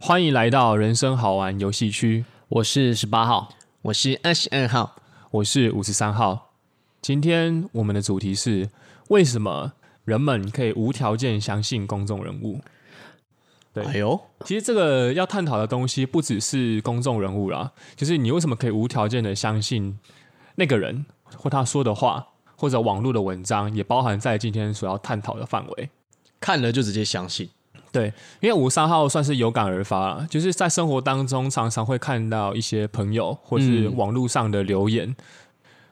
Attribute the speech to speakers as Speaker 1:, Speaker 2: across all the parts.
Speaker 1: 欢迎来到人生好玩游戏区，
Speaker 2: 我是十八号，
Speaker 3: 我是二十二号。
Speaker 1: 我是五十三号。今天我们的主题是为什么人们可以无条件相信公众人物？对
Speaker 3: 哎呦，
Speaker 1: 其实这个要探讨的东西不只是公众人物啦，就是你为什么可以无条件的相信那个人或他说的话，或者网络的文章，也包含在今天所要探讨的范围。
Speaker 3: 看了就直接相信。
Speaker 1: 对，因为五三号算是有感而发啦，就是在生活当中常常会看到一些朋友或是网络上的留言，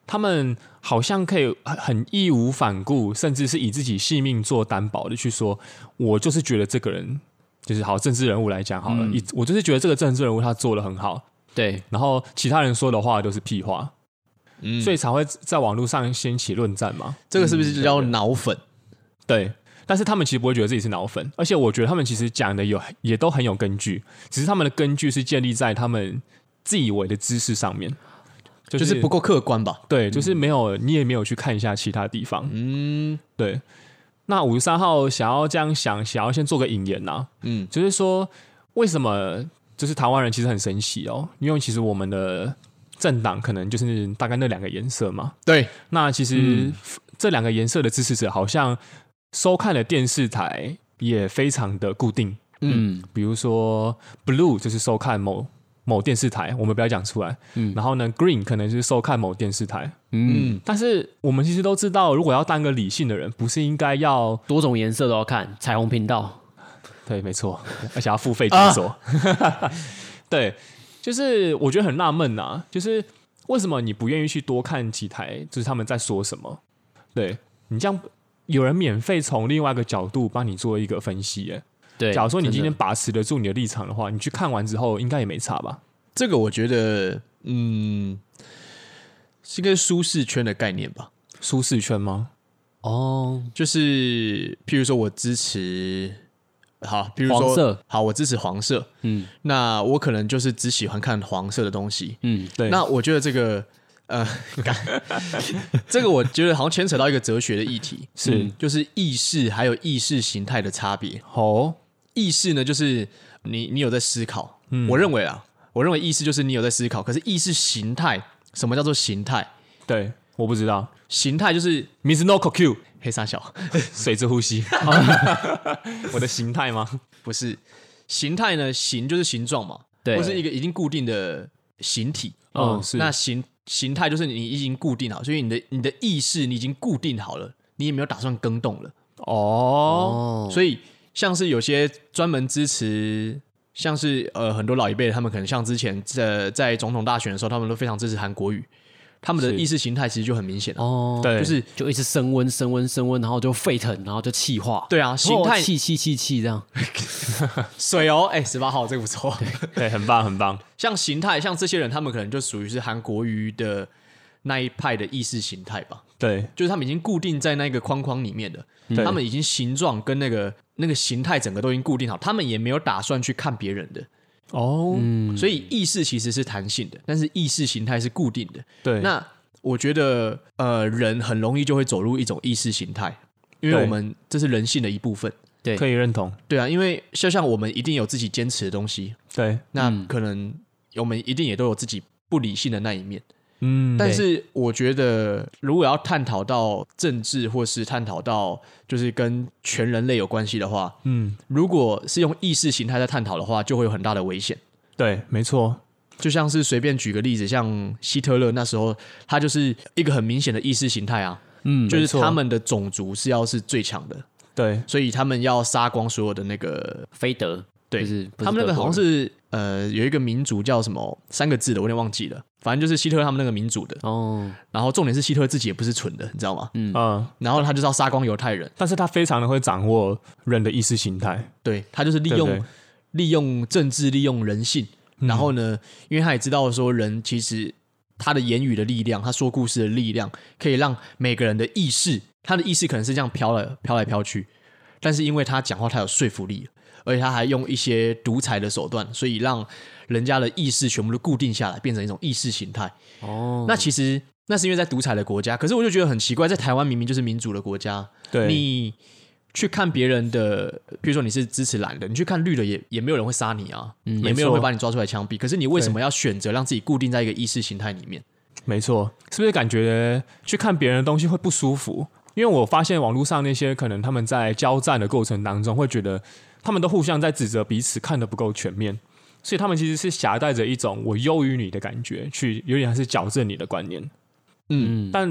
Speaker 1: 他们好像可以很很义无反顾，甚至是以自己性命做担保的去说，我就是觉得这个人就是好政治人物来讲好了，以我就是觉得这个政治人物他做的很好，
Speaker 2: 对，
Speaker 1: 然后其他人说的话都是屁话，
Speaker 3: 嗯，
Speaker 1: 所以才会在网络上掀起论战嘛。
Speaker 3: 这个是不是就叫脑粉？
Speaker 1: 对，但是他们其实不会觉得自己是脑粉，而且我觉得他们其实讲的有也都很有根据，只是他们的根据是建立在他们自以为的知识上面，就
Speaker 3: 就是不够嗯客观吧？
Speaker 1: 对，就是没有、你也没有去看一下其他地方，
Speaker 3: 嗯，
Speaker 1: 对。那五十三号想要这样想，想要先做个引言呐、
Speaker 3: 嗯，
Speaker 1: 就是说为什么就是台湾人其实很神奇哦，因为其实我们的政党可能就是大概那两个颜色嘛，
Speaker 3: 对，
Speaker 1: 那其
Speaker 2: 嗯
Speaker 1: 实这两个颜色的支持者好像收看的电视台也非常的固定，
Speaker 2: 嗯
Speaker 1: 比如说 blue 就是收看某某电视台，我们不要讲出来，
Speaker 2: 嗯
Speaker 1: 然后呢 green 可能就是收看某电视台，
Speaker 2: 嗯，
Speaker 3: 嗯，
Speaker 1: 但是我们其实都知道，如果要当个理性的人，不是应该要
Speaker 2: 多种颜色都要看，彩虹频道，
Speaker 1: 对，没错，而且要付费
Speaker 2: 啊
Speaker 1: 解锁， 对，就是我觉得很纳闷呐，就是为什么你不愿意去多看几台，就是他们在说什么？对你这样，有人免费从另外一个角度帮你做一个分析、耶。
Speaker 2: 对，
Speaker 1: 假如说你今
Speaker 2: 真
Speaker 1: 天
Speaker 2: 的
Speaker 1: 把持得住你的立场的话，你去看完之后应该也没差吧？
Speaker 3: 这个我觉得，嗯，是一个舒适圈的概念吧。
Speaker 1: 舒适圈吗？
Speaker 2: 哦，
Speaker 3: 就是譬如说我支持，好，譬如说
Speaker 2: 黄色，
Speaker 3: 好，我支持黄色，
Speaker 2: 嗯
Speaker 3: 那我可能就是只喜欢看黄色的东西。
Speaker 2: 嗯，
Speaker 1: 对，
Speaker 3: 那我觉得这个，呃， 干这个我觉得好像牵扯到一个哲学的议题，
Speaker 1: 是、
Speaker 2: 嗯
Speaker 3: 就是意识还有意识形态的差别。
Speaker 1: 哦，
Speaker 3: 意识呢，就是你你有在思考。
Speaker 1: 嗯
Speaker 3: 我认为啊，我认为意识就是你有在思考，可是意识形态，什么叫做形态？
Speaker 1: 对，我不知道
Speaker 3: 形态就是
Speaker 1: ，Miss No c o Q
Speaker 3: 黑沙小，
Speaker 1: 水之呼 吸， 我的形态吗？
Speaker 3: 不是形态呢？形就是形状嘛，
Speaker 2: 对
Speaker 3: 或是一个已经固定的形体。
Speaker 1: 嗯是
Speaker 3: 那形形态就是你已经固定好，所以你的你的意识你已经固定好了，你也没有打算更动了。
Speaker 1: 哦，
Speaker 2: 哦，
Speaker 3: 所以像是有些专门支持，像是呃很多老一辈，他们可能像之前在在总统大选的时候，他们都非常支持韩国语，他们的
Speaker 1: 是
Speaker 3: 意识形态其实就很明显了、
Speaker 2: 哦，
Speaker 1: 对，
Speaker 3: 就是
Speaker 2: 就一直升温升温升温，然后就沸腾，然后就气化，
Speaker 3: 对啊
Speaker 2: 哦
Speaker 3: 形态
Speaker 2: 气气气气这样，
Speaker 3: 水哦，哎、十八号这个不错。
Speaker 1: 对，很棒，很棒。
Speaker 3: 像形态，像这些人，他们可能就属于是韩国瑜的那一派的意识形态吧，
Speaker 1: 对，
Speaker 3: 就是他们已经固定在那个框框里面的，
Speaker 1: 对
Speaker 3: 他们已经形状跟那个那个形态整个都已经固定好，他们也没有打算去看别人的，
Speaker 1: 哦，
Speaker 2: 嗯，
Speaker 3: 所以意识其实是弹性的，但是意识形态是固定的。
Speaker 1: 对，
Speaker 3: 那我觉得，呃，人很容易就会走入一种意识形态，因为
Speaker 1: 对
Speaker 3: 我们这是人性的一部分。
Speaker 2: 对
Speaker 1: 可以认同，
Speaker 3: 对啊，因为就像我们一定有自己坚持的东西，
Speaker 1: 对，
Speaker 3: 那可能我们一定也都有自己不理性的那一面。
Speaker 1: 嗯，
Speaker 3: 但是我觉得，如果要探讨到政治，或是探讨到就是跟全人类有关系的话，
Speaker 1: 嗯，
Speaker 3: 如果是用意识形态在探讨的话，就会有很大的危险。
Speaker 1: 对，没错，
Speaker 3: 就像是随便举个例子，像希特勒那时候，他就是一个很明显的意识形态啊，
Speaker 2: 嗯
Speaker 3: 就
Speaker 1: 没
Speaker 3: 是
Speaker 1: 错
Speaker 3: 他们的种族是要是最强的，
Speaker 1: 对，
Speaker 3: 所以他们要杀光所有的那个，
Speaker 2: 非德，
Speaker 3: 对
Speaker 2: 就是不是
Speaker 3: 他们那个
Speaker 2: 德国
Speaker 3: 好像
Speaker 2: 人
Speaker 3: 是呃有一个民族叫什么三个字的，我有点忘记了，反正就是希特勒他们那个民族的。
Speaker 2: 哦，
Speaker 3: 然后重点是希特勒自己也不是蠢的，你知道吗？
Speaker 1: 嗯、
Speaker 3: 然后他就是要杀光犹太人，
Speaker 1: 但是他非常的会掌握人的意识形态，
Speaker 3: 对他就是利
Speaker 1: 对
Speaker 3: 用
Speaker 1: 对嗯
Speaker 3: 利用政治，利用人性。然后呢，因为他也知道说，人其实他的言语的力量，他说故事的力量，可以让每个人的意识，他的意识可能是这样飘来飘来飘去，但是因为他讲话太有说服力了，而且他还用一些独裁的手段，所以让人家的意识全部都固定下来，变成一种意识形态。
Speaker 2: 哦，
Speaker 3: 那其实那是因为在独裁的国家，可是我就觉得很奇怪，在台湾明明就是民主的国家，
Speaker 1: 对，
Speaker 3: 你去看别人的，比如说你是支持蓝的，你去看绿的也也没有人会杀你啊，也没有人会把你抓出来枪毙。可是你为什么要选择让自己固定在一个意识形态里面？
Speaker 1: 没错，是不是感觉去看别人的东西会不舒服？因为我发现网络上那些可能他们在交战的过程当中，会觉得他们都互相在指责彼此，看得不够全面，所以他们其实是夹带着一种我优于你的感觉，去有点像是矫正你的观念。
Speaker 3: 嗯，
Speaker 1: 但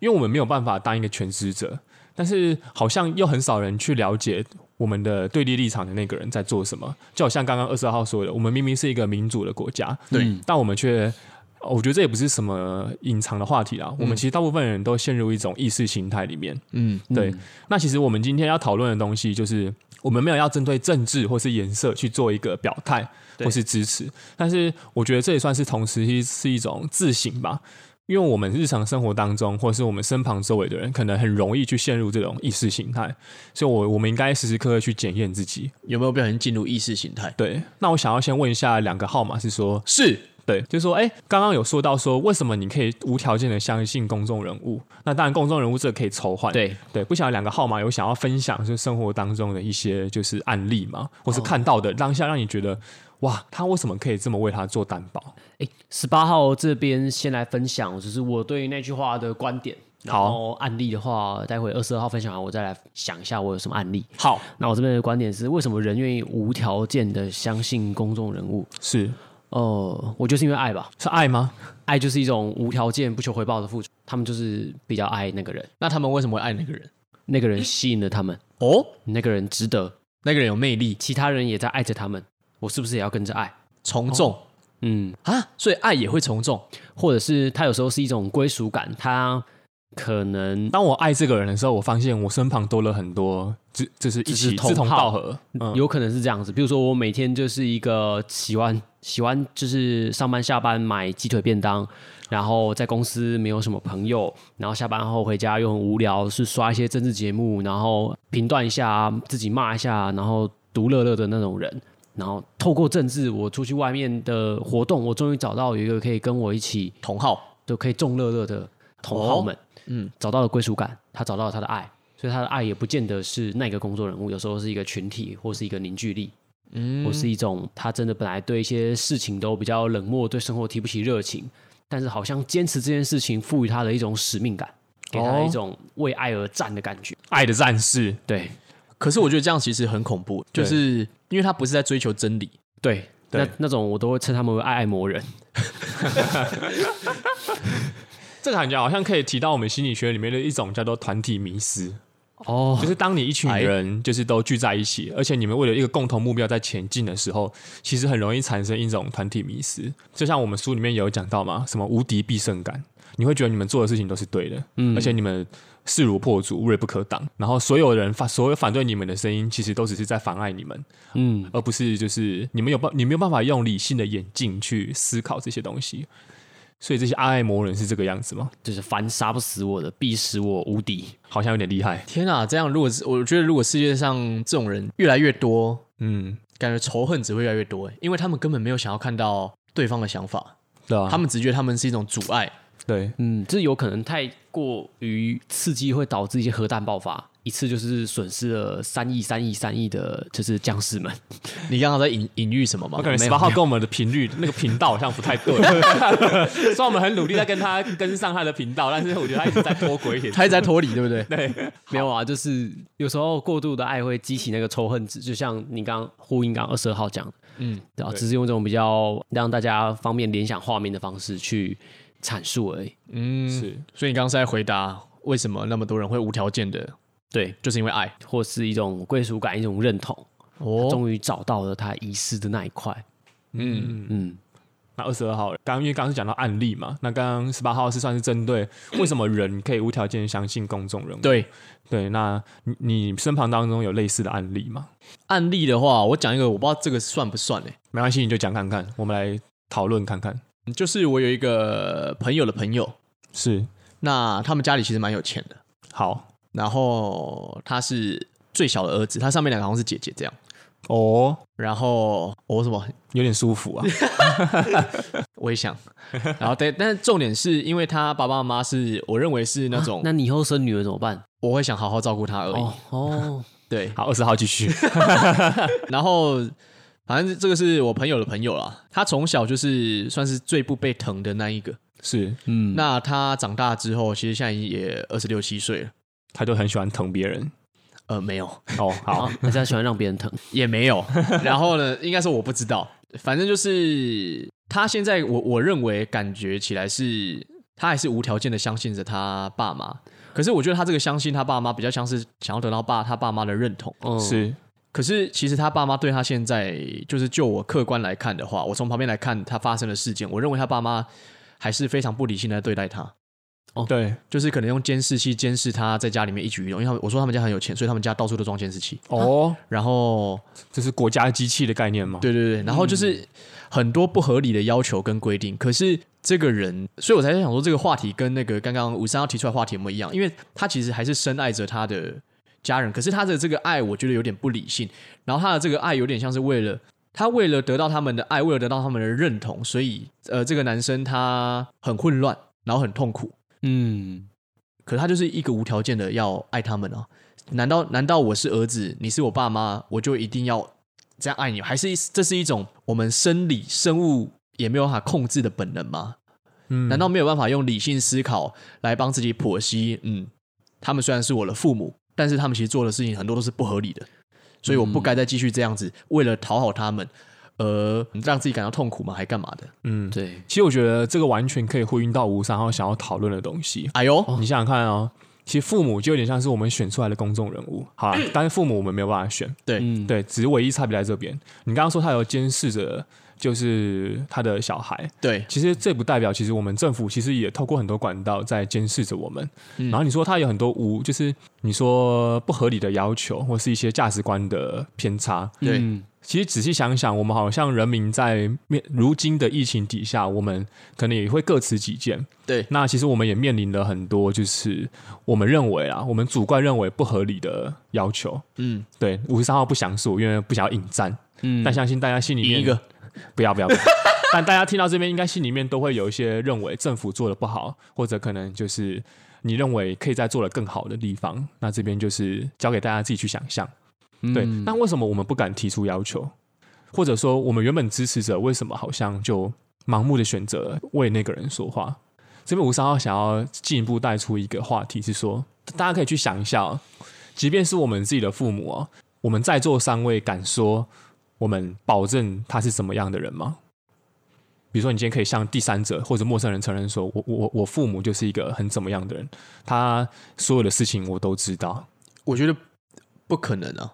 Speaker 1: 因为我们没有办法当一个全知者，但是好像又很少人去了解我们的对立立场的那个人在做什么。就好像刚刚二十二号说的，我们明明是一个民主的国家，
Speaker 3: 对
Speaker 2: 嗯
Speaker 1: 但我们却，呃我觉得这也不是什么隐藏的话题啦。我们其实大部分人都陷入一种意识形态里面。
Speaker 3: 嗯，
Speaker 1: 对，那其实我们今天要讨论的东西，就是我们没有要针对政治或是颜色去做一个表态
Speaker 3: 对
Speaker 1: 或是支持，但是我觉得这也算是同时期是一种自省吧。因为我们日常生活当中，或是我们身旁周围的人，可能很容易去陷入这种意识形态，所以我我们应该时时刻刻去检验自己。
Speaker 3: 有没有不小心进入意识形态？
Speaker 1: 对，那我想要先问一下两个号码，是说
Speaker 3: 是，
Speaker 1: 对，就是说，哎，刚刚有说到说，为什么你可以无条件的相信公众人物？那当然，公众人物这个可以筹换。
Speaker 2: 对
Speaker 1: 对，不晓得两个号码有想要分享，就是生活当中的一些就是案例嘛，或是看到的、当下让你觉得，哇，他为什么可以这么为他做担保？
Speaker 2: 哎，十八号这边先来分享，就是我对于那句话的观点。然
Speaker 1: 好
Speaker 2: 后案例的话，待会二十二号分享完，我再来想一下我有什么案例。
Speaker 1: 好，
Speaker 2: 那我这边的观点是，为什么人愿意无条件的相信公众人物？
Speaker 1: 是
Speaker 2: 哦，我就是因为爱吧，
Speaker 1: 是爱吗？
Speaker 2: 爱就是一种无条件、不求回报的付出。他们就是比较爱那个人，
Speaker 3: 那他们为什么会爱那个人？
Speaker 2: 那个人吸引了他们，
Speaker 3: 哦，
Speaker 2: 那个人值得，
Speaker 3: 那个人有魅力、
Speaker 2: 其他人也在爱着他们，我是不是也要跟着爱？
Speaker 3: 从众
Speaker 2: 嗯，
Speaker 3: 啊，所以爱也会从众。
Speaker 2: 或者是他有时候是一种归属感，他可能
Speaker 1: 当我爱这个人的时候，我发现我身旁多了很多，只就是一
Speaker 2: 志
Speaker 1: 起
Speaker 2: 同
Speaker 1: 志同
Speaker 2: 好
Speaker 1: 道合。嗯，
Speaker 2: 有可能是这样子。比如说，我每天就是一个喜欢喜欢就是上班下班买鸡腿便当，然后在公司没有什么朋友，然后下班后回家又很无聊，是刷一些政治节目，然后评断一下自己骂一下，然后独乐乐的那种人。然后透过政治，我出去外面的活动，我终于找到有一个可以跟我一起
Speaker 3: 同好，
Speaker 2: 都可以众乐乐的同好们，嗯，找到了归属感，他找到了他的爱，所以他的爱也不见得是那个工作人物，有时候是一个群体或是一个凝聚力，嗯，或是一种他真的本来对一些事情都比较冷漠，对生活提不起热情，但是好像坚持这件事情赋予他的一种使命感，给他
Speaker 1: 哦
Speaker 2: 一种为爱而战的感觉，
Speaker 1: 爱的战士，
Speaker 2: 对
Speaker 3: 可是我觉得这样其实很恐怖，
Speaker 1: 对
Speaker 3: 就是因为他不是在追求真理，
Speaker 2: 对。
Speaker 1: 对
Speaker 2: 那那种我都会称他们为爱爱魔人，
Speaker 1: 这个感觉好像可以提到我们心理学里面的一种叫做团体迷失。
Speaker 2: 哦
Speaker 1: 就，是当你一群人就是都聚在一起，而且你们为了一个共同目标在前进的时候，其实很容易产生一种团体迷失。就像我们书里面有讲到嘛，什么无敌必胜感，你会觉得你们做的事情都是对的，而且你们势如破竹，无人不可挡。然后所有人反所有反对你们的声音，其实都只是在妨碍你们，
Speaker 2: 嗯，
Speaker 1: 而不是就是你们有办你没有办法用理性的眼镜去思考这些东西。所以这些阿爱魔人是这个样子吗？
Speaker 2: 就是凡杀不死我的，必使我无敌。
Speaker 1: 好像有点厉害。
Speaker 3: 天啊，这样如果是我觉得，如果世界上这种人越来越多，
Speaker 1: 嗯，
Speaker 3: 感觉仇恨只会越来越多，因为他们根本没有想要看到对方的想法，
Speaker 1: 对啊，
Speaker 3: 他们只觉得他们是一种阻碍。
Speaker 1: 对
Speaker 2: 嗯，这有可能太过于刺激，会导致一些核弹爆发，一次就是损失了三亿、三亿、三亿的，就是将士们。
Speaker 3: 你刚刚在隐隐喻什么吗？
Speaker 1: 我感觉十
Speaker 3: 没有
Speaker 1: 八号
Speaker 3: 没有
Speaker 1: 跟我们的频率那个频道好像不太 对，虽然我们很努力在跟他跟上他的频道，但是我觉得他一直在脱轨一 点。
Speaker 3: 他一直在脱离，对不对？
Speaker 2: 没有啊，就是有时候过度的爱会激起那个仇恨值，就像你刚刚呼应刚二十二号讲的，嗯，对啊，只是用这种比较让大家方便联想画面的方式去阐述而已。
Speaker 1: 是
Speaker 3: 嗯所以你刚刚是在回答为什么那么多人会无条件的，
Speaker 2: 对，
Speaker 3: 就是因为爱
Speaker 2: 或是一种归属感，一种认同，
Speaker 3: 哦。
Speaker 2: 终于找到了他遗失的那一块。嗯嗯，
Speaker 1: 那二十二号，刚刚因为刚刚是讲到案例嘛，那刚刚十八号是算是针对为什么人可以无条件相信公众人物？
Speaker 3: 对
Speaker 1: 对，那你你身旁当中有类似的案例吗？
Speaker 3: 案例的话，我讲一个，我不知道这个算不算哎、
Speaker 1: 没关系，你就讲看看，我们来讨论看看。
Speaker 3: 就是我有一个朋友的朋友，
Speaker 1: 是
Speaker 3: 那他们家里其实蛮有钱的，
Speaker 1: 好
Speaker 3: 然后他是最小的儿子，他上面两个好像是姐姐这样。
Speaker 1: 哦，
Speaker 3: 然后我、什么？
Speaker 1: 有点舒服 啊。
Speaker 3: 我也想，然后但但是重点是因为他爸爸妈妈是我认为是那种，
Speaker 2: 啊那你以后生女儿怎么办？
Speaker 3: 我会想好好照顾他而已。
Speaker 2: 哦哦，
Speaker 3: 对，
Speaker 1: 好，二十号继续。
Speaker 3: 然后反正这个是我朋友的朋友啦，他从小就是算是最不被疼的那一个。
Speaker 1: 是，
Speaker 2: 嗯，
Speaker 3: 那他长大之后，其实现在也二十六七岁了，
Speaker 1: 他就很喜欢疼别人。
Speaker 3: 呃，没有，
Speaker 1: 哦，好，
Speaker 2: 还是他喜欢让别人疼。
Speaker 3: 也没有。然后呢，应该是我不知道，反正就是他现在我我认为感觉起来是，他还是无条件的相信着他爸妈。可是我觉得他这个相信他爸妈，比较像是想要得到爸他爸妈的认同。
Speaker 2: 嗯，
Speaker 1: 是
Speaker 3: 可是其实他爸妈对他现在，就是就我客观来看的话，我从旁边来看他发生的事件，我认为他爸妈还是非常不理性的对待他，
Speaker 1: 对，
Speaker 3: 就是可能用监视器监视他在家里面一举一动。因为他们我说他们家很有钱，所以他们家到处都装监视器。
Speaker 1: 哦，
Speaker 3: 然后，
Speaker 1: 这是国家机器的概念吗？
Speaker 3: 对对对，然后就是很多不合理的要求跟规定。可是这个人，所以我才在想说，这个话题跟那个刚刚吴三要提出来的话题有没有一样？因为他其实还是深爱着他的家人，可是他的这个爱，我觉得有点不理性。然后他的这个爱，有点像是为了他为了得到他们的爱，为了得到他们的认同，所以呃，这个男生他很混乱，然后很痛苦。
Speaker 2: 嗯，
Speaker 3: 可是他就是一个无条件的要爱他们啊？难道难道我是儿子，你是我爸妈，我就一定要这样爱你？还是这是一种我们生理生物也没有办法控制的本能吗？
Speaker 1: 嗯
Speaker 3: 难道没有办法用理性思考来帮自己剖析？嗯，他们虽然是我的父母，但是他们其实做的事情很多都是不合理的，所以我不该再继续这样子，为了讨好他们而让自己感到痛苦吗？还干嘛的？
Speaker 1: 嗯，
Speaker 2: 对，
Speaker 1: 其实我觉得这个完全可以呼应到吴三号想要讨论的东西。
Speaker 3: 哎呦，
Speaker 1: 你想想看哦，其实父母就有点像是我们选出来的公众人物，好啦，但是父母我们没有办法选，
Speaker 3: 对、
Speaker 2: 嗯，
Speaker 1: 对，只是唯一差别在这边。你刚刚说他有监视着，就是他的小孩，
Speaker 3: 对，
Speaker 1: 其实这不代表，其实我们政府其实也透过很多管道在监视着我们。然后你说他有很多无，就是你说不合理的要求，或是一些价值观的偏差。
Speaker 3: 对
Speaker 2: 嗯
Speaker 1: 其实仔细想想，我们好像人民在面如今的疫情底下，我们可能也会各持己见。
Speaker 3: 对
Speaker 1: 那其实我们也面临了很多，就是我们认为啊，我们主观认为不合理的要求。
Speaker 3: 嗯，
Speaker 1: 对，五十三号不详述，因为不想要引战。
Speaker 2: 嗯
Speaker 1: 但相信大家心里
Speaker 3: 赢
Speaker 1: 面
Speaker 3: 一个，
Speaker 1: 不要不要不要。 但大家听到这边，应该心里面都会有一些认为政府做的不好，或者可能就是你认为可以再做的更好的地方。那这边就是交给大家自己去想象。对，那为什么我们不敢提出要求？或者说，我们原本支持者为什么好像就盲目的选择为那个人说话？这边吴三号想要进一步带出一个话题，是说大家可以去想一下、哦，即便是我们自己的父母哦，我们在座三位敢说我们保证他是什么样的人吗？比如说，你今天可以向第三者或者陌生人承认说，我我我我父母就是一个很怎么样的人，他所有的事情我都知道。
Speaker 3: 我觉得不可能啊！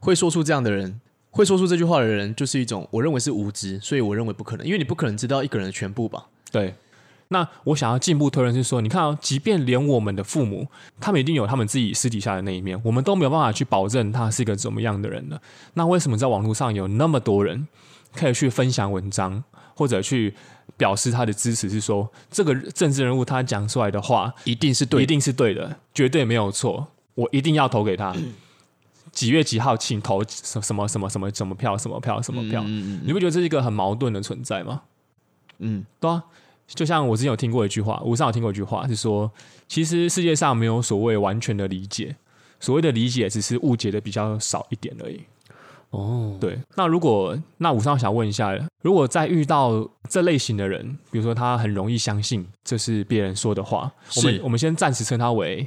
Speaker 3: 会说出这样的人，会说出这句话的人，就是一种我认为是无知，所以我认为不可能，因为你不可能知道一个人的全部吧？
Speaker 1: 对，那我想要进一步推论是说，你看、哦，即便连我们的父母，他们一定有他们自己私底下的那一面，我们都没有办法去保证他是一个怎么样的人呢？那为什么在网络上有那么多人可以去分享文章，或者去表示他的支持，是说这个政治人物他讲出来的话
Speaker 3: 一定是对
Speaker 1: 一定是对的，绝对没有错，我一定要投给 他。几月几号，请投什什么什么什么什么票，什么票，什么票？
Speaker 3: 嗯
Speaker 1: 你不觉得这是一个很矛盾的存在吗？
Speaker 3: 嗯，
Speaker 1: 对啊，就像我之前有听过一句话，我上有听过一句话是说，其实世界上没有所谓完全的理解，所谓的理解只是误解的比较少一点而已。
Speaker 2: 哦，
Speaker 1: 对，那如果那武上想问一下，如果在遇到这类型的人，比如说他很容易相信这是别人说的话，我们
Speaker 3: 是
Speaker 1: 我们先暂时称他为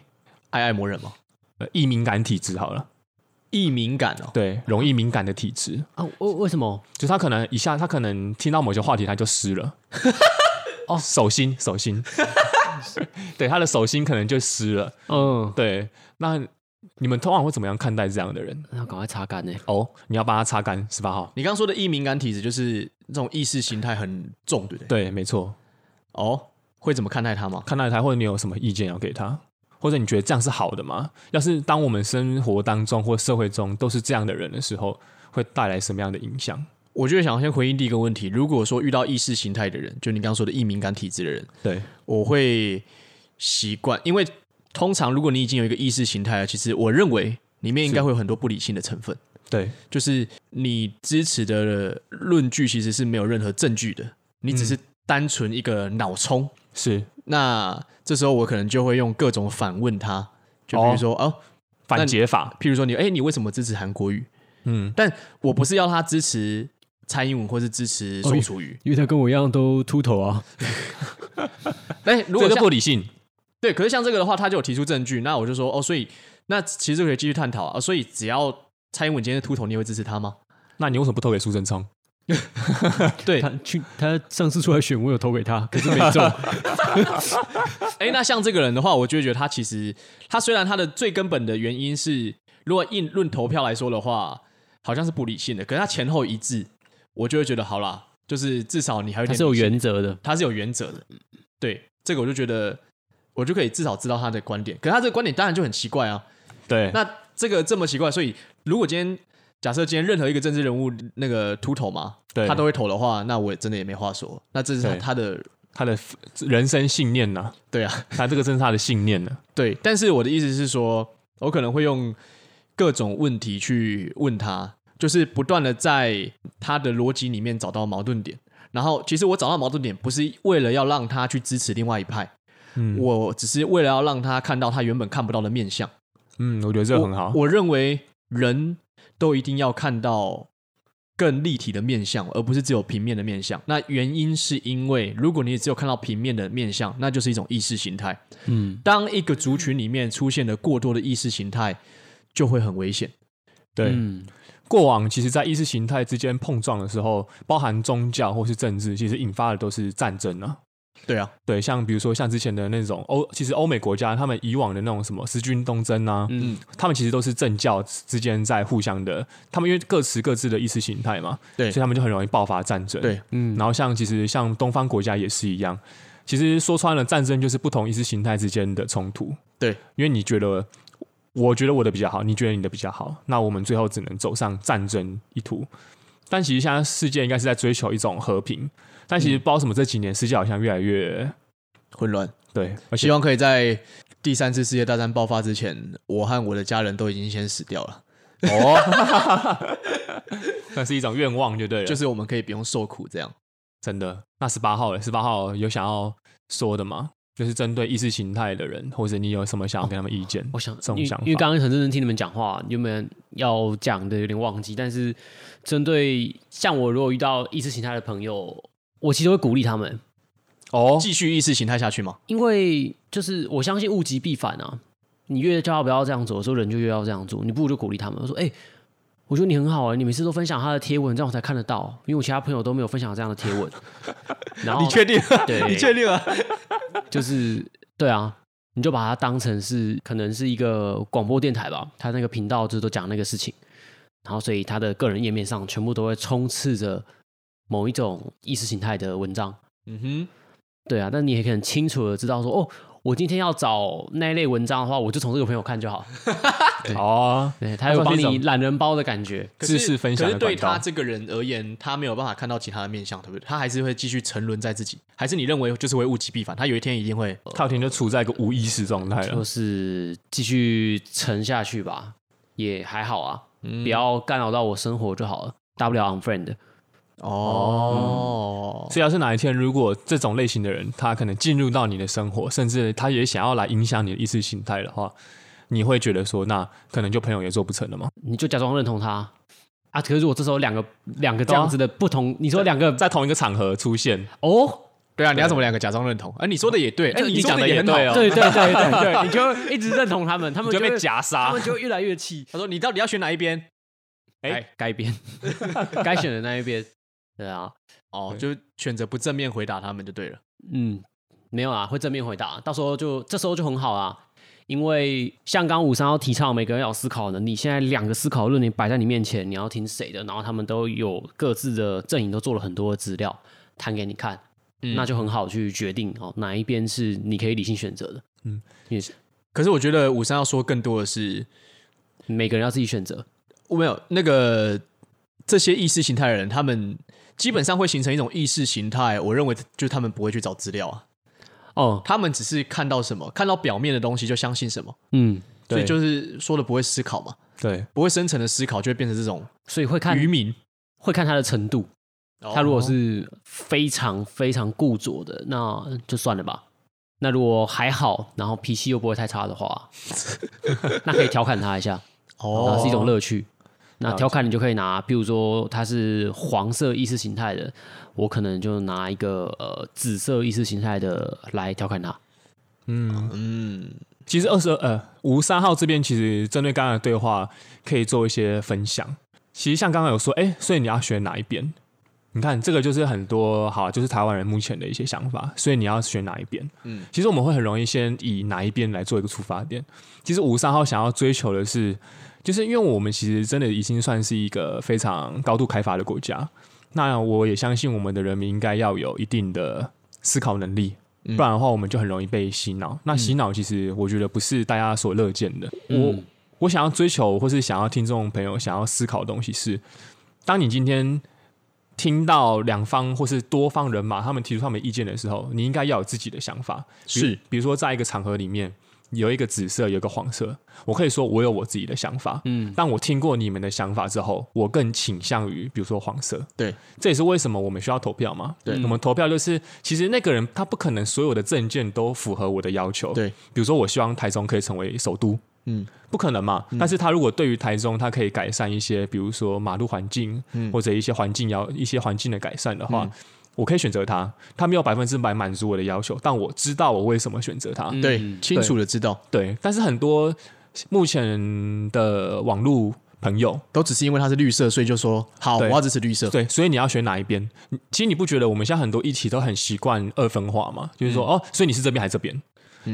Speaker 3: 爱爱魔人嘛，
Speaker 1: 呃易敏感体质好了，
Speaker 3: 易敏感哦，
Speaker 1: 对，容易敏感的体质，
Speaker 2: 啊，为为什么？
Speaker 1: 就他可能一下他可能听到某些话题他就湿 了，哦，手心手心， 对，他的手心可能就湿了。
Speaker 2: 嗯，
Speaker 1: 对，那你们通常会怎么样看待这样的人？
Speaker 2: 那要赶快擦干呢。
Speaker 1: 哦，你要帮他擦干十八号。
Speaker 3: 你刚刚说的易敏感体质就是这种意识形态很重，对不对？
Speaker 1: 对，没错。
Speaker 3: 哦，会怎么看待他吗？
Speaker 1: 看待他，或者你有什么意见要给他，或者你觉得这样是好的吗？要是当我们生活当中或社会中都是这样的人的时候，会带来什么样的影响？
Speaker 3: 我觉得想要先回应第一个问题，如果说遇到意识形态的人，就你刚刚说的易敏感体质的人，
Speaker 1: 对，
Speaker 3: 我会习惯，因为通常如果你已经有一个意识形态了，其实我认为里面应该会有很多不理性的成分。
Speaker 1: 对，
Speaker 3: 就是你支持的论据其实是没有任何证据的，你只是单纯一个脑冲。
Speaker 1: 是
Speaker 3: 那这时候我可能就会用各种反问他，就比如说哦
Speaker 1: 反解法，
Speaker 3: 譬如说你，哎、你为什么支持韩国语？
Speaker 1: 嗯，
Speaker 3: 但我不是要他支持蔡英文或是支持
Speaker 2: 哦
Speaker 3: 宋
Speaker 2: 你
Speaker 3: 楚瑜。
Speaker 2: 因为他跟我一样都秃头啊。哦
Speaker 3: 哎、如果
Speaker 1: 这就
Speaker 3: 像
Speaker 1: 不理性，
Speaker 3: 对，可是像这个的话，他就有提出证据，那我就说哦，所以那其实这个可以继续探讨啊。所以只要蔡英文今天是秃头，你会支持他吗？
Speaker 1: 那你为什么不投给苏贞昌？
Speaker 3: 对，
Speaker 2: 他去他上次出来选，我有投给他，可是没中。
Speaker 3: 哎、那像这个人的话，我就会觉得他其实他虽然他的最根本的原因是，如果硬论投票来说的话，好像是不理性的，可是他前后一致，我就会觉得好啦，就是至少你还有
Speaker 2: 他
Speaker 3: 点
Speaker 2: 是有
Speaker 3: 理性
Speaker 2: 原则的，
Speaker 3: 他是有原则的。对，这个我就觉得我就可以至少知道他的观点，可是他这个观点当然就很奇怪啊。
Speaker 1: 对，
Speaker 3: 那这个这么奇怪，所以如果今天假设今天任何一个政治人物那个秃头嘛，
Speaker 1: 对
Speaker 3: 他都会投的话，那我也真的也没话说。那这是他
Speaker 1: 对
Speaker 3: 他的
Speaker 1: 他的人生信念呐、
Speaker 3: 对啊，
Speaker 1: 他这个正是他的信念呢、
Speaker 3: 对。但是我的意思是说，我可能会用各种问题去问他，就是不断的在他的逻辑里面找到矛盾点。然后，其实我找到矛盾点不是为了要让他去支持另外一派，
Speaker 1: 嗯
Speaker 3: 我只是为了要让他看到他原本看不到的面相。
Speaker 1: 嗯，我觉得这个
Speaker 3: 我
Speaker 1: 很好。
Speaker 3: 我认为人都一定要看到更立体的面相，而不是只有平面的面相。那原因是因为，如果你只有看到平面的面相，那就是一种意识形态。
Speaker 2: 嗯，
Speaker 3: 当一个族群里面出现了过多的意识形态，就会很危险。
Speaker 1: 对，
Speaker 2: 嗯
Speaker 1: 过往其实，在意识形态之间碰撞的时候，包含宗教或是政治，其实引发的都是战争啊。
Speaker 3: 对啊，
Speaker 1: 对，像比如说像之前的那种欧，其实欧美国家他们以往的那种什么十军东征啊，
Speaker 3: 嗯，
Speaker 1: 他们其实都是政教之间在互相的，他们因为各持各自的意识形态嘛，
Speaker 3: 对
Speaker 1: 所以他们就很容易爆发战争。
Speaker 3: 对，
Speaker 2: 嗯，
Speaker 1: 然后像其实像东方国家也是一样，其实说穿了，战争就是不同意识形态之间的冲突。
Speaker 3: 对，
Speaker 1: 因为你觉得，我觉得我的比较好，你觉得你的比较好，那我们最后只能走上战争一途。但其实现在世界应该是在追求一种和平，但
Speaker 3: 嗯
Speaker 1: 其实不知道为什么这几年世界好像越来越
Speaker 3: 混乱。
Speaker 1: 对，而且
Speaker 3: 希望可以在第三次世界大战爆发之前，我和我的家人都已经先死掉了，
Speaker 1: 哦，那是一种愿望，就对了，
Speaker 3: 就是是我们可以不用受苦这样。
Speaker 1: 真的。那十八号嘞，十八号有想要说的吗？就是针对意识形态的人，或者你有什么想要给他们意
Speaker 3: 哦
Speaker 1: 见？
Speaker 2: 我想
Speaker 1: 这，种
Speaker 2: 因为
Speaker 1: 想法
Speaker 2: 因为刚刚很认真听你们讲话，你们要讲的有点忘记。但是针对像我，如果遇到意识形态的朋友，我其实会鼓励他们，
Speaker 1: 哦，
Speaker 3: 继续意识形态 下去吗？
Speaker 2: 因为就是我相信物极必反啊。你越叫他不要这样做的时候，人就越要这样做。你不如就鼓励他们，我说：“哎、我觉得你很好啊、你每次都分享他的贴文，这样我才看得到，因为我其他朋友都没有分享这样的贴 文。”然后
Speaker 3: 定？
Speaker 2: 对
Speaker 3: 定啊？
Speaker 2: 就是对啊，你就把它当成是可能是一个广播电台吧，它那个频道就是都讲那个事情，然后所以它的个人页面上全部都会充斥着某一种意识形态的文章。
Speaker 3: 嗯哼。
Speaker 2: 对啊，但你也可以很清楚的知道说，哦，我今天要找那一类文章的话，我就从这个朋友看就好。
Speaker 1: 哦，
Speaker 2: 对，他有帮
Speaker 1: 它算是一
Speaker 2: 你
Speaker 1: 种
Speaker 2: 懒人包的感觉。
Speaker 3: 可是
Speaker 1: 知识分享
Speaker 3: 可
Speaker 1: 的
Speaker 3: 是对
Speaker 1: 管道
Speaker 3: 他这个人而言，他没有办法看到其他的面相，对不对？他还是会继续沉沦在自己，还是你认为就是会物极必反？他有一天一定会
Speaker 1: 靠田就处在一个无意识状态
Speaker 2: 就
Speaker 1: 了。
Speaker 2: 是继续沉下去吧，也还好啊，不
Speaker 3: 呃
Speaker 2: 要干扰到我生活就好了，大不了 unfriend。
Speaker 3: 嗯哦，
Speaker 1: 所以要是哪一天，如果这种类型的人，他可能进入到你的生活，甚至他也想要来影响你的意识形态的话，你会觉得说，那可能就朋友也做不成了吗？
Speaker 2: 你就假装认同他啊。可是我这时候两个两个这样子的不同，你说两个
Speaker 1: 在同一个场合出现，
Speaker 2: 哦，
Speaker 3: 对啊，你要怎么两个假装认同？哎，你说的也对，哎，
Speaker 1: 就
Speaker 3: 说
Speaker 1: 你讲的也
Speaker 3: 很好
Speaker 1: 对哦
Speaker 2: 对对对对 对，你就一直认同他们，他们
Speaker 1: 你就被
Speaker 2: 会，
Speaker 1: 夹
Speaker 2: 他
Speaker 1: 杀
Speaker 2: 们。就会越来越气。
Speaker 3: 他说你到底要选哪一边？
Speaker 2: 哎
Speaker 1: 哎，
Speaker 2: 该边该选的那一边，对啊，
Speaker 3: 哦，就选择不正面回答他们就对了。
Speaker 2: 嗯，没有啊，会正面回答，到时候就这时候就很好啊。因为像刚刚五三幺提倡，每个人要有思考能力。现在两个思考论点摆在你面前，你要听谁的？然后他们都有各自的阵营，都做了很多的资料，摊给你看。
Speaker 3: 嗯
Speaker 2: 那就很好去决定哦，哪一边是你可以理性选择的。
Speaker 1: 嗯
Speaker 2: 嗯，也是
Speaker 3: 可是我觉得五三要说更多的是，
Speaker 2: 每个人要自己选择。
Speaker 3: 我没有那个这些意识形态的人，他们基本上会形成一种意识形态。我认为就是他们不会去找资料啊，
Speaker 2: 哦，
Speaker 3: 他们只是看到什么，看到表面的东西就相信什么。
Speaker 2: 嗯，
Speaker 3: 所以
Speaker 1: 对
Speaker 3: 就是说的不会思考嘛，
Speaker 1: 对，
Speaker 3: 不会深层的思考，就会变成这种
Speaker 2: 所以会看
Speaker 3: 愚民。
Speaker 2: 会看他的程度。
Speaker 3: 哦
Speaker 2: 他如果是非常非常固着的，那就算了吧。那如果还好，然后脾气又不会太差的话，那可以调侃他一下，
Speaker 3: 哦
Speaker 2: 啊，是一种乐趣。那调侃你就可以拿，比如说它是黄色意识形态的，我可能就拿一个呃紫色意识形态的来调侃它。
Speaker 1: 其实二十呃五三号这边其实针对刚刚的对话可以做一些分享。其实像刚刚有说，哎、所以你要选哪一边？你看这个就是很多好，就是台湾人目前的一些想法。所以你要选哪一边？嗯，其实我们会很容易先以哪一边来做一个出发点。其实五三号想要追求的是，就是因为我们其实真的已经算是一个非常高度开发的国家。那我也相信我们的人民应该要有一定的思考能力，不然的话，我们就很容易被洗脑。那洗脑其实我觉得不是大家所乐见的。我我想要追求，或是想要听众朋友想要思考的东西是，当你今天听到两方或是多方人马他们提出他们意见的时候，你应该要有自己的想法。比如
Speaker 3: 是，
Speaker 1: 比如说在一个场合里面。有一个紫色，有一个黄色。我可以说我有我自己的想法，嗯，但我听过你们的想法之后，我更倾向于比如说黄色，
Speaker 3: 对，
Speaker 1: 这也是为什么我们需要投票嘛。
Speaker 3: 对
Speaker 1: 我们投票就是，其实那个人他不可能所有的证件都符合我的要求。
Speaker 3: 对，
Speaker 1: 比如说我希望台中可以成为首都，
Speaker 3: 嗯，
Speaker 1: 不可能嘛。但是他如果对于台中，他可以改善一些，比如说马路环境，
Speaker 3: 嗯
Speaker 1: 或者一些环境要一些环境的改善的话。我可以选择他，他没有百分之百满足我的要求，但我知道我为什么选择他。
Speaker 3: 对，清楚的知道，
Speaker 1: 对，但是很多目前的网络朋友，
Speaker 3: 都只是因为它是绿色，所以就说好，我
Speaker 1: 对
Speaker 3: 要支持绿色。
Speaker 1: 对，所以你要选哪一边？你其实你不觉得我们现在很多议题都很习惯二分化吗？就是说，哦，所以你是这边还是这边？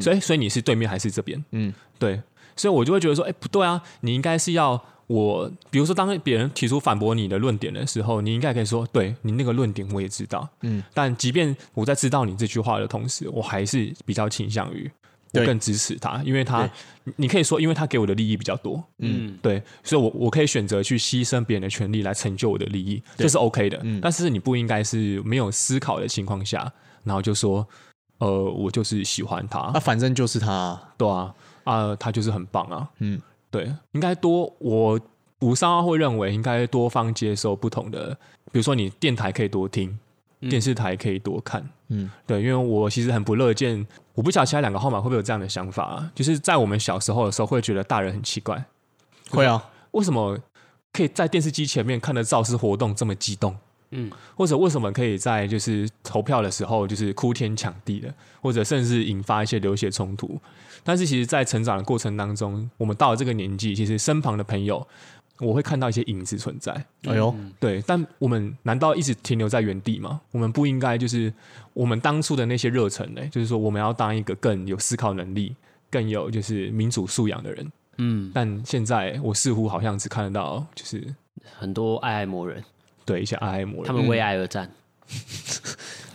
Speaker 1: 所以所以你是对面还是这边？
Speaker 3: 嗯
Speaker 1: 嗯，对，所以我就会觉得说，哎、不对啊，你应该是要我，比如说当别人提出反驳你的论点的时候，你应该可以说，对你那个论点我也知道，
Speaker 3: 嗯
Speaker 1: 嗯，但即便我在知道你这句话的同时，我还是比较倾向于。我
Speaker 3: 对
Speaker 1: 更支持他，因为他
Speaker 3: 对，
Speaker 1: 你你可以说，因为他给我的利益比较多，
Speaker 2: 嗯，
Speaker 1: 对，所以我我可以选择去牺牲别人的权利来成就我的利益，这是 OK 的。但是你不应该是没有思考的情况下，然后就说，呃，我就是喜欢他
Speaker 3: 那，啊反正就是它，
Speaker 1: 对啊，啊、他就是很棒啊，
Speaker 3: 嗯
Speaker 1: 嗯，对，应该多我吴三奥会认为应该多方接受不同的，比如说你电台可以多听，电视台可以多看，
Speaker 3: 嗯
Speaker 1: 嗯，对，因为我其实很不乐见，我不晓得其他两个号码会不会有这样的想法、啊，就是在我们小时候的时候会觉得大人很奇怪。
Speaker 3: 会啊，
Speaker 1: 为什么可以在电视机前面看得造势活动这么激动？
Speaker 2: 嗯
Speaker 1: 嗯，或者为什么可以在就是投票的时候就是哭天抢地的，或者甚至引发一些流血冲突？但是其实，在成长的过程当中，我们到了这个年纪，其实身旁的朋友，我会看到一些影子存在。
Speaker 3: 哎呦，
Speaker 1: 对，但我们难道一直停留在原地吗？我们不应该就是我们当初的那些热忱呢、就是说我们要当一个更有思考能力、更有就是民主素养的人。嗯，但现在我似乎好像只看得到就是
Speaker 2: 很多爱爱魔人，
Speaker 1: 对一些爱爱魔
Speaker 2: 他
Speaker 1: 人，
Speaker 2: 们为爱而战。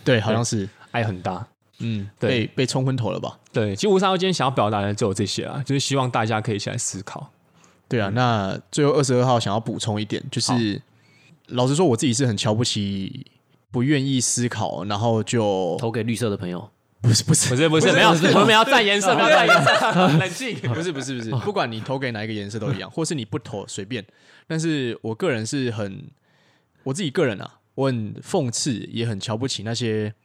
Speaker 3: 对，好像是，
Speaker 1: 爱很大。
Speaker 3: 嗯，被
Speaker 1: 对
Speaker 3: 被冲昏头了吧？
Speaker 1: 对，其实吴三幺今天想要表达的只有这些啊，就是希望大家可以一起来思考。
Speaker 3: 对啊，那最后二十二号想要补充一点，就是老实说，我自己是很瞧不起不愿意思考，然后就
Speaker 2: 投给绿色的朋友，
Speaker 3: 不是不是
Speaker 1: 不是不是，没有，我们要赞颜色，不要赞颜 色，冷静。
Speaker 3: 不是不是
Speaker 1: 哦
Speaker 3: 不是，不管你投给哪一个颜色都一 样，或是你不投随便。但是我个人是很，我自己个人啊，我很讽刺，也很瞧不起那些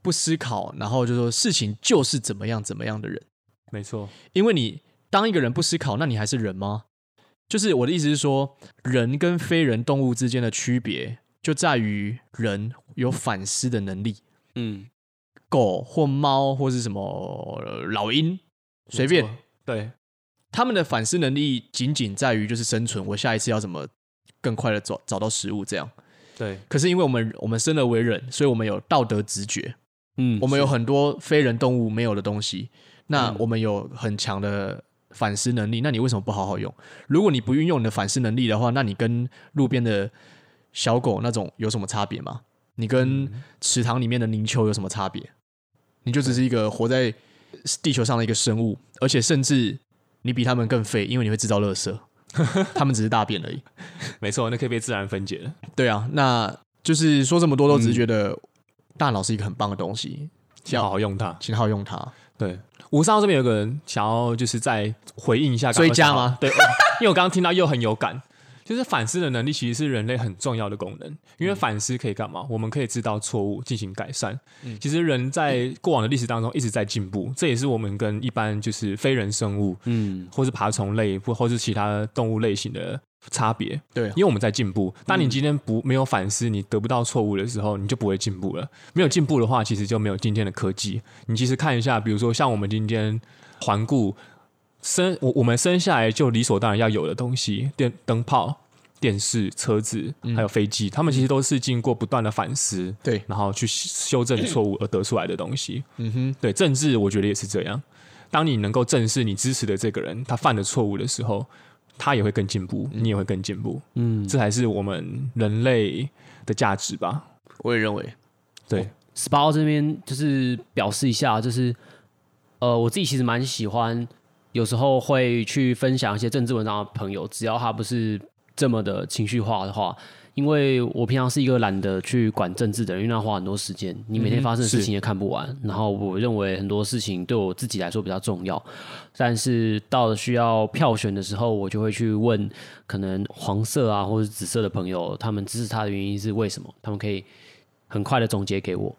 Speaker 3: 不思考，然后就说事情就是怎么样怎么样的人。
Speaker 1: 没错，
Speaker 3: 因为你当一个人不思考，那你还是人吗？就是我的意思是说，人跟非人动物之间的区别就在于人有反思的能力，
Speaker 2: 嗯，
Speaker 3: 狗或猫或是什么呃老鹰，随便
Speaker 1: 没错。对，
Speaker 3: 他们的反思能力仅仅在于就是生存，我下一次要怎么更快的找找到食物这样。
Speaker 1: 对，
Speaker 3: 可是因为我们我们生而为人，所以我们有道德直觉，
Speaker 2: 嗯
Speaker 3: 我们有很多非人动物没有的东西，那我们有很强的反思能力，那你为什么不好好用？如果你不运用你的反思能力的话，那你跟路边的小狗那种有什么差别吗？你跟池塘里面的泥鳅有什么差别？你就只是一个活在地球上的一个生物，而且甚至你比他们更废，因为你会制造垃圾，他们只是大便而已。
Speaker 1: 没错，那可以被自然分解的。
Speaker 3: 对啊，那就是说这么多，都只是觉得大脑是一个很棒的东西，
Speaker 1: 要好好用它。
Speaker 3: 请好好用它。
Speaker 1: 对，五三号这边有个人想要就是再回应一下刚刚
Speaker 3: 追加
Speaker 1: 的
Speaker 3: 吗
Speaker 1: 对，因为我刚刚听到又很有感，就是反思的能力其实是人类很重要的功能，因
Speaker 3: 嗯
Speaker 1: 为反思可以干嘛？我们可以知道错误，进行改善。
Speaker 3: 嗯
Speaker 1: 其实人在过往的历史当中一直在进步，这也是我们跟一般就是非人生物，嗯，或是爬虫类或或是其他动物类型的差别。
Speaker 3: 对啊
Speaker 1: 因为我们在进步。当你今天不没有反思，你得不到错误的时候，你就不会进步了。没有进步的话，其实就没有今天的科技。你其实看一下，比如说像我们今天环顾生，我我们生下来就理所当然要有的东西，电灯泡、电视、车子，还有飞机，他们其实都是经过不断的反思，
Speaker 3: 对
Speaker 1: 然后去修正错误而得出来的东西。
Speaker 3: 嗯哼，
Speaker 1: 对政治，我觉得也是这样。当你能够正视你支持的这个人他犯的错误的时候，他也会更进步，你也会更进步。嗯，这才是我们人类的价值吧？
Speaker 3: 我也认为，
Speaker 1: 对，
Speaker 2: 十八号这边就是表示一下，就是呃，我自己其实蛮喜欢，有时候会去分享一些政治文章的朋友，只要他不是这么的情绪化的话，因为我平常是一个懒得去管政治的人，因为要花很多时间，你每天发生的事情也看不完。然后我认为很多事情对我自己来说比较重要，但是到了需要票选的时候，我就会去问可能黄色啊或者紫色的朋友，他们支持他的原因是为什么？他们可以。很快的总结给我，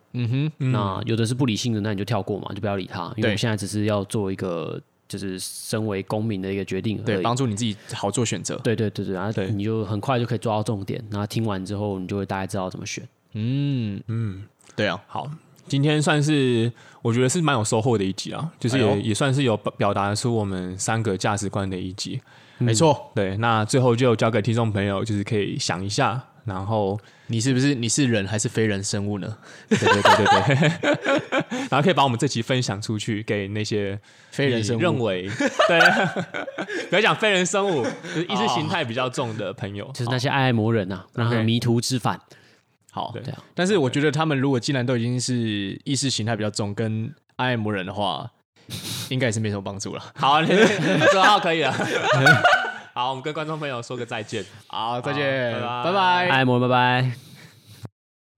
Speaker 2: 那有的是不理性的，那你就跳过嘛，就不要理他，因
Speaker 3: 嗯
Speaker 2: 为我
Speaker 3: 对
Speaker 2: 们现在只是要做一个就是身为公民的一个决定而
Speaker 3: 对，
Speaker 2: 已。
Speaker 3: 帮助你自己好做选择。
Speaker 2: 对对对对，然后
Speaker 1: 对
Speaker 2: 你就很快就可以抓到重点，然后听完之后你就会大概知道怎么选。
Speaker 3: 嗯嗯，对啊，
Speaker 1: 好，今天算是我觉得是蛮有收获的一集啊，就是也、
Speaker 3: 哎呦
Speaker 1: 也算是有表表达出我们三个价值观的一集。
Speaker 3: 没错，
Speaker 1: 对，那最后就交给听众朋友，就是可以想一下，然后
Speaker 3: 你是不是你是人还是非人生物呢？
Speaker 1: 对对对对对，然后可以把我们这集分享出去给那些
Speaker 3: 非人生
Speaker 1: 你认
Speaker 3: 物，
Speaker 1: 为 对，不要讲非人生物，就是意识形态比较重的朋
Speaker 3: 哦
Speaker 1: 友，
Speaker 2: 就是那些爱爱魔人啊，让他们
Speaker 1: OK
Speaker 2: 迷途知返。
Speaker 3: 好
Speaker 1: 对。
Speaker 2: 对啊，
Speaker 3: 但是我觉得他们如果既然都已经是意识形态比较重，跟爱魔人的话，应该也是没什么帮助了。
Speaker 1: 好，好，你你说号可以了。 好，我们跟观众朋友说个再见。
Speaker 3: 好，再见，
Speaker 1: 好拜拜
Speaker 3: 拜拜
Speaker 2: 爱爱魔人，拜拜。